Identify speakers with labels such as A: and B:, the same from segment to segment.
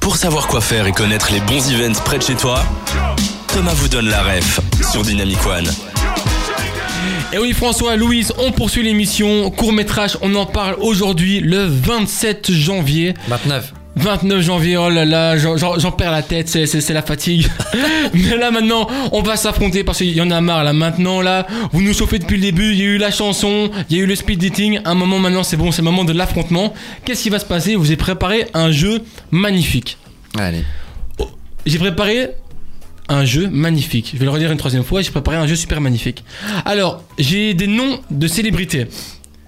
A: Pour savoir quoi faire et connaître les bons events près de chez toi, Thomas vous donne la ref sur Dynamic One.
B: Et oui François, Louise, on poursuit l'émission. Court métrage, on en parle aujourd'hui le 27 janvier.
C: 29.
B: 29 janvier, oh là là, j'en- j'en j'en perds la tête, c'est- c'est c'est la fatigue. Mais là maintenant, on va s'affronter parce qu'il y en a marre là. Maintenant là, vous nous chauffez depuis le début, il y a eu la chanson, il y a eu le speed dating. Un moment maintenant, c'est bon, c'est le moment de l'affrontement. Qu'est-ce qui va se passer Je Vous ai préparé un jeu magnifique.
C: Allez.
B: J'ai préparé un jeu magnifique. Je vais le redire une troisième fois, j'ai préparé un jeu super magnifique. Alors, j'ai des noms de célébrités.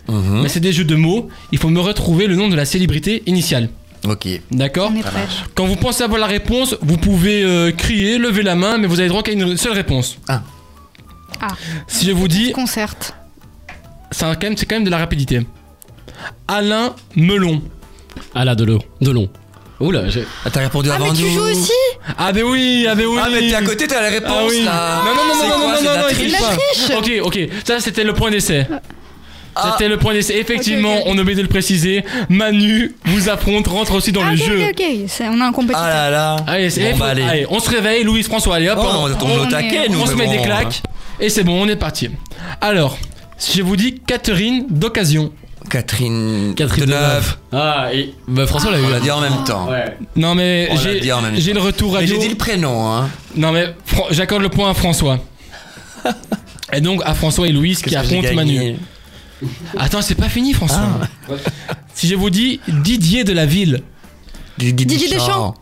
C: Mhm.
B: Mais c'est des jeux de mots, il faut me retrouver le nom de la célébrité initiale.
C: Ok.
B: D'accord
D: On est prêts.
B: Quand vous pensez avoir la réponse, vous pouvez euh, crier, lever la main, mais vous avez droit qu'à une seule réponse.
C: Ah.
D: Ah.
B: Si je vous dis,
D: Concerte.
B: c'est un- quand même, c'est quand même de la rapidité. Alain Melon.
E: Alain Delon. Delon. Oula, j'ai-
C: Ah, T'as répondu
D: Ah,
C: avant
D: mais tu
C: nous.
D: joues aussi
B: Ah ben oui, ah ben oui.
C: Ah, mais t'es à côté, t'as la réponse
B: Ah oui.
C: là.
B: Non non non non
C: C'est
B: non
C: quoi,
B: non
C: c'est
B: non
C: de la
B: non, il
C: triche
B: triche pas. Ok ok, ça c'était le point d'essai.
C: Ah.
B: C'était le point d'essai. Effectivement,
D: Ok, ok.
B: on oublie de le préciser. Manu vous affronte, rentre aussi dans
D: Ah,
B: le
D: ok,
B: jeu.
D: ok, ok. C'est- On a un compétiteur.
C: Ah là là.
B: Allez, c'est-
C: Bon,
B: faut-
C: bah, allez.
B: allez, on se réveille, Louise François, allez hop.
C: Oh, on tombe
D: on
C: au
D: est-
C: taquet, nous.
B: on se
C: mais
B: met des
C: bon, hein.
B: claques et c'est bon, on est parti. Alors, si je vous dis Catherine d'occasion.
C: hein. Catherine.
E: Catherine
C: Deneuve.
E: Deneuve. Ah, et bah, François l'a eu.
C: On l'a dit en même temps.
E: Ouais.
B: Non mais
C: On l'a
B: j'ai
C: dit en même
B: j'ai le retour
C: Mais
B: radio.
C: j'ai dit le prénom, hein.
B: Non mais Fran- j'accorde le point à François. et donc à François et Louise qui
C: Qu'est-ce que j'ai
B: affrontent
C: gagné
B: Manu. Attends, c'est pas fini François.
C: Ah.
B: si je vous dis Didier de la ville.
C: Didier
D: Didier Deschamps.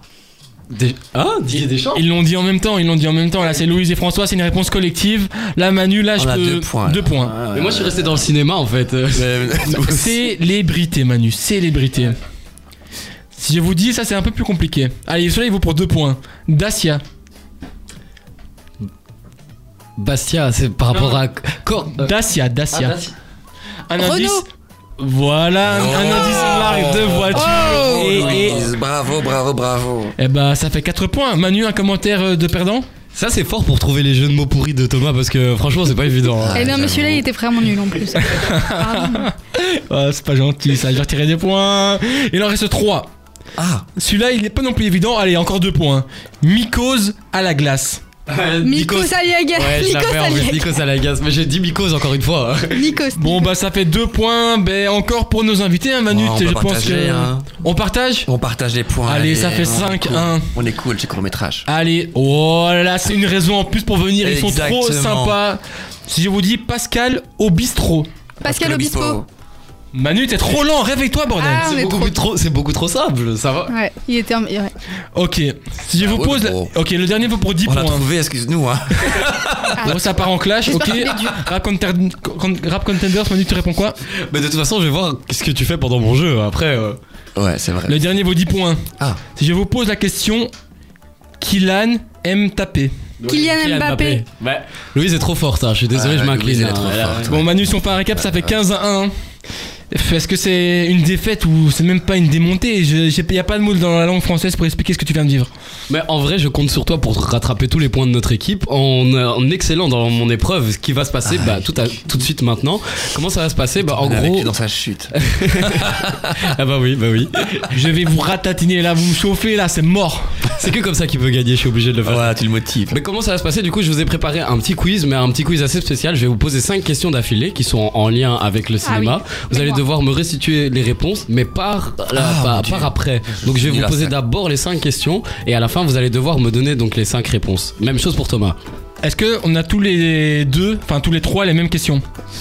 E: Des... Ah, Didier Deschamps
B: Ils l'ont dit en même temps, ils l'ont dit en même temps. Là, c'est Louise et François, c'est une réponse collective. Là, Manu, là, je
C: On a
B: peux.
C: deux points, là. Ah,
B: Deux points.
E: Mais moi, je suis resté dans le cinéma en fait. Euh,
C: Euh,
B: Célébrité, Manu, célébrité. Si je vous dis ça, c'est un peu plus compliqué. Allez, celui-là, il vaut pour deux points. Dacia.
E: Bastia, c'est par rapport à. Cor... euh,
B: Dacia,
E: ah,
B: Dacia.
E: Bastia.
B: Un
D: Renault.
B: indice. Voilà, un, un
C: Oh.
B: indice marque de voiture.
C: Oh,
B: et, et-
C: Louise, bravo, bravo, bravo.
B: Eh ben, ça fait 4 points. Manu, un commentaire euh, de perdant
E: Ça, c'est fort pour trouver les jeux de mots pourris de Thomas parce que franchement, c'est pas évident. hein.
C: Ah,
D: Et non, mais celui-là,
C: j'avoue.
D: il était vraiment nul en plus. Pardon.
B: Ah, C'est pas gentil, ça, j'ai retiré des points. Il en reste 3.
C: Ah,
B: Celui-là, il n'est pas non plus évident. Allez, encore 2 points. Mycose à la glace.
D: Mikos Aliaga.
E: Ouais, je
D: Mikos
E: l'avais en plus,
D: Aliaga.
E: Nikos Alagas. Mais j'ai dit Mikos encore une fois. hein.
D: Nikos.
B: Bon, bah, ça fait 2 points. Ben, encore pour nos invités, hein, Manu.
E: Oh,
C: Ouais, on
B: je
C: peut
B: pense
C: partager,
B: que.
C: hein.
B: On partage
C: on partage les points.
B: Allez, ça fait
C: on est
B: 5-1.
C: cool. On est cool, c'est court-métrage.
B: Allez, oh là là, c'est une raison en plus pour venir. Ils sont trop
C: Exactement.
B: sympas. Si je vous dis Pascal au bistrot.
D: Pascal Obispo.
B: Manu, t'es trop lent, réveille-toi, bordel.
D: Ah, mais
E: C'est beaucoup,
D: trop-
E: plus trop... c'est beaucoup trop simple, ça va.
D: Ouais, il était en. ouais.
B: Ok, si je vous
C: Ah ouais,
B: pose.
C: mais
B: la-
C: bon.
B: Ok, le dernier vaut pour 10
C: On l'a
B: points.
C: trouvé, excuse-nous. Hein.
B: Bon, ça part en clash, ok. Rap, Contend- Con- Rap Contenders, Manu, tu réponds quoi
E: Mais de toute façon, je vais voir ce que tu fais pendant mon jeu après. euh.
C: Ouais, c'est vrai.
B: Le dernier vaut 10 points.
C: Ah.
B: Si je vous pose la question, Kylan aime taper.
D: Kylian Mbappé.
E: Ouais. Louise est trop forte, hein. je suis désolé,
C: Ah,
E: je
C: Louise,
E: m'incline.
C: elle est trop
E: hein. Elle a-
C: forte.
B: Bon, Manu, si on fait un récap, ça fait 15 à 1. Est-ce que c'est une défaite ou c'est même pas une démontée Il n'y a pas de mot dans la langue française pour expliquer ce que tu viens de vivre.
E: Mais en vrai, je compte sur toi pour rattraper tous les points de notre équipe en, euh, en excellent dans mon épreuve. Ce qui va se passer
C: Ah
E: bah, tout, à- tout de suite maintenant. Comment ça va se passer bah, En
C: On a vécu
E: gros.
C: dans sa chute.
E: Ah bah oui, bah oui.
B: Je vais vous ratatiner là, vous me chauffez là, c'est mort.
E: C'est que comme ça qu'il peut gagner, je suis obligé de le faire.
C: Voilà, tu le motives.
E: Mais comment ça va se passer Du coup, je vous ai préparé un petit quiz, mais un petit quiz assez spécial. Je vais vous poser cinq questions d'affilée qui sont en lien avec le
D: Ah oui.
E: cinéma. Vous
D: Mais
E: allez
D: moi.
E: devoir me restituer les réponses, mais par, là,
C: Ah,
E: par-
C: mon Dieu.
E: par après. Donc, je
C: Il
E: vais vous
C: a
E: poser
C: ça.
E: d'abord les cinq questions, et à la fin, vous allez devoir me donner donc les cinq réponses. Même chose pour Thomas.
B: Est-ce que on a tous les deux, enfin tous les trois, les mêmes questions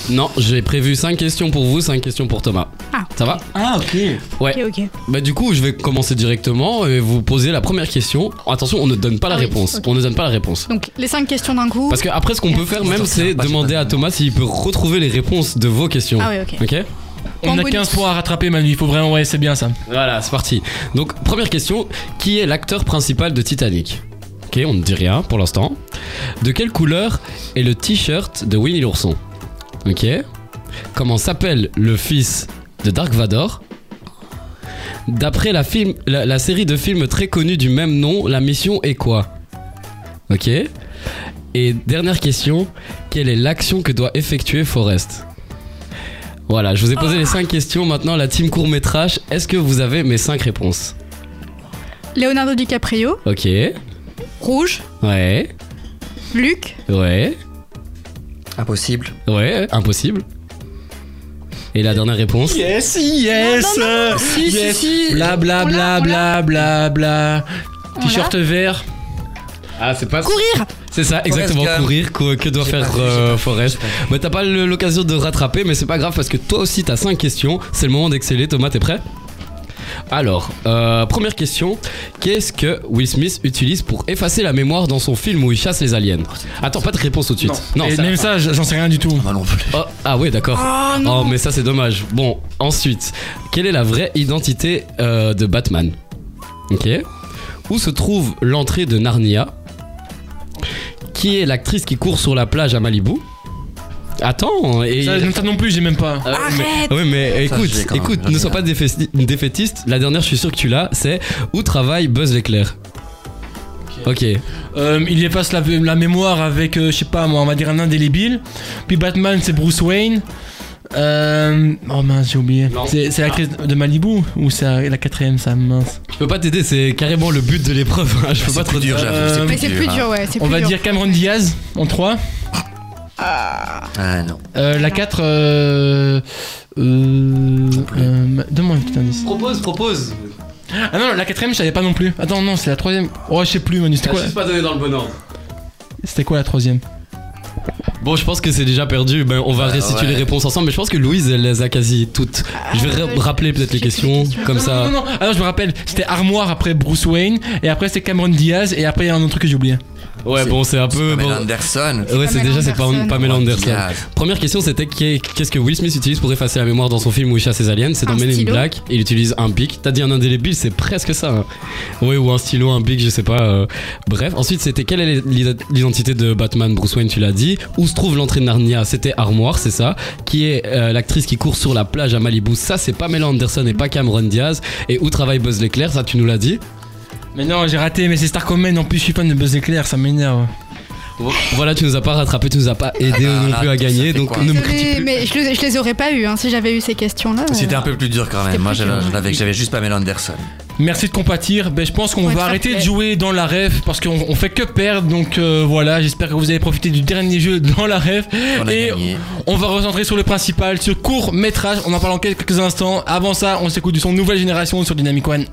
E: Non, j'ai prévu cinq questions pour vous, cinq questions pour Thomas.
D: Ah.
E: Ça va
B: Ah, ok.
E: Ouais.
D: Ok, ok.
E: Bah du coup, je vais commencer directement et vous poser la première question. Attention, on ne donne pas la
D: Ah oui,
E: réponse.
D: ok.
E: On ne donne pas la réponse.
D: Donc, les cinq questions d'un coup.
E: Parce que après, ce qu'on peut faire même, c'est
C: pas, c'est
E: demander
C: pas
E: à Thomas s'il peut retrouver les réponses de vos questions.
D: Ah ouais, ok.
E: Ok
B: On
D: En
B: a
D: bonus.
B: 15 points à rattraper, Manu. Il faut vraiment, ouais, c'est bien ça.
E: Voilà, c'est parti. Donc, première question qui est l'acteur principal de Titanic Ok, on ne dit rien pour l'instant. De quelle couleur est le t-shirt de Winnie l'ourson Ok. Comment s'appelle le fils de Dark Vador D'après la, film- la, la série de films très connue du même nom, la mission est quoi Ok. Et dernière question, quelle est l'action que doit effectuer Forrest Voilà, je vous ai posé les 5 questions. Maintenant, la team court métrage, est-ce que vous avez mes 5 réponses
D: Leonardo DiCaprio,
E: Ok.
D: Rouge,
E: Ouais.
D: Luc,
E: Ouais.
C: Impossible.
E: Ouais. Impossible. Et la dernière réponse
B: Yes, yes,
D: Non,
B: euh,
D: Si, si,
B: yes.
D: si.
B: Bla bla
D: On
B: bla
D: l'a, on
B: bla bla bla.
D: On
B: T-shirt vert.
E: Ah, c'est pas.
D: courir
E: C'est ça, exactement.
C: Gump.
E: Courir, que, que doit
C: J'ai
E: faire
C: pas vu,
E: euh,
C: j'ai pas vu,
E: Forrest Mais t'as pas le- l'occasion de rattraper, mais c'est pas grave parce que toi aussi t'as 5 questions. C'est le moment d'exceller. Thomas, t'es prêt alors, euh, première question, qu'est-ce que Will Smith utilise pour effacer la mémoire dans son film où il chasse les aliens
C: Oh,
E: Attends, pas de réponse tout de suite. Non,
B: Et
E: ça-
B: même ça, j'en sais rien du tout.
C: Moi non plus.
E: Oh, ah ouais, d'accord.
D: Oh
E: Oh,
D: non
E: mais ça c'est dommage. Bon, ensuite, quelle est la vraie identité euh, de Batman Ok. Où se trouve l'entrée de Narnia Qui est l'actrice qui court sur la plage à Malibu Attends, et.
B: Ça, non, ça non plus, j'ai même pas.
E: Euh,
D: Arrête
E: mais- Oui, mais
C: Ça,
E: écoute,
C: je l'ai quand même,
E: écoute,
C: je
E: ne
C: l'ai
E: sois pas défaisti- défaitiste. La dernière, je suis sûr que tu l'as, c'est Où travaille Buzz l'éclair Ok.
B: Euh, il efface la, la mémoire avec, euh, je sais pas moi, on va dire un indélébile. Puis Batman, c'est Bruce Wayne. Euh, oh mince, j'ai oublié.
E: Non. Ah.
B: C'est c'est l'actrice de Malibu ou c'est la quatrième, ça mince.
E: Je peux pas t'aider, c'est carrément le but de l'épreuve. hein, Je peux
C: C'est
E: pas trop
C: plus dur, hein.
B: dire,
C: j'avoue.
B: euh,
D: Mais c'est plus dur, ouais, c'est
B: On
D: plus
B: va
D: dur.
B: dire Cameron Diaz en 3.
C: hein. Ah non.
B: la 4. Euh, euh, euh, Donne-moi un petit indice.
E: Propose, propose.
B: Ah non, la quatrième, je savais pas non plus. Attends, non, c'est la troisième. Oh, je sais plus, Manu, c'était quoi,
E: pas donné dans le bon ordre.
B: c'était quoi la troisième
E: Bon, je pense que c'est déjà perdu. Ben, on va
C: Ouais,
E: restituer
C: Bah, ouais.
E: les réponses ensemble. Mais je pense que Louise, elle les a quasi toutes. je vais
D: ouais,
E: ra-
D: je-
E: rappeler peut-être les
D: j'ai plus de
E: questions,
D: questions.
E: comme
B: non,
E: ça.
B: Non, non, non, ah non, je me rappelle, c'était Armoire après Bruce Wayne, et après c'est Cameron Diaz, et après il y a un autre truc que j'ai oublié.
E: Ouais,
C: C'est- hein.
E: bon, c'est un peu.
C: Pamela
E: bon.
C: Anderson.
E: Euh, Ouais, c'est
D: Pamela
E: déjà, c'est pas
D: Anderson.
E: Pamela Anderson.
C: Diaz.
E: Première question, c'était qu'est- qu'est-ce que Will Smith utilise pour effacer la mémoire dans son film où il chasse ses aliens C'est dans
D: Un
E: Men in
D: stylo.
E: Black. Il utilise un bic. T'as dit un indélébile, c'est presque ça. hein. Ouais, ou un stylo, un bic, je sais pas. euh. Bref, ensuite, c'était quelle est l'id- l'identité de Batman Bruce Wayne Tu l'as dit. Où se trouve l'entrée de Narnia C'était Armoire, c'est ça. Qui est euh, l'actrice qui court sur la plage à Malibu Ça, c'est Pamela Anderson et pas Cameron Diaz. Et où travaille Buzz l'éclair Ça, tu nous l'as dit.
B: Mais non, j'ai raté, mais c'est Starcoman, en plus je suis fan de Buzz Éclair, ça m'énerve.
E: Voilà, tu nous as pas rattrapé, tu nous as pas aidé
C: Ah,
E: non
C: là,
E: plus à
C: ça
E: gagner.
C: fait
E: Donc,
C: quoi
E: ne me critique
D: Désolée, mais je, les- je les aurais pas eu hein, si j'avais eu ces questions-là. euh.
C: C'était un peu plus dur quand même.
D: C'était
C: Moi,
D: plus
C: je
D: dur.
C: l'avais, j'avais juste Pamela Anderson.
B: Merci de compatir, ben, je pense qu'on
D: Ouais,
B: va
D: ça
B: arrêter
D: fait.
B: de jouer dans la ref, parce qu'on on fait que perdre, donc euh, voilà, j'espère que vous avez profité du dernier jeu dans la ref,
C: On a
B: et
C: gagné.
B: on va recentrer sur le principal, sur court métrage, on en parle en quelques instants, avant ça on s'écoute du son Nouvelle Génération sur Dynamic One.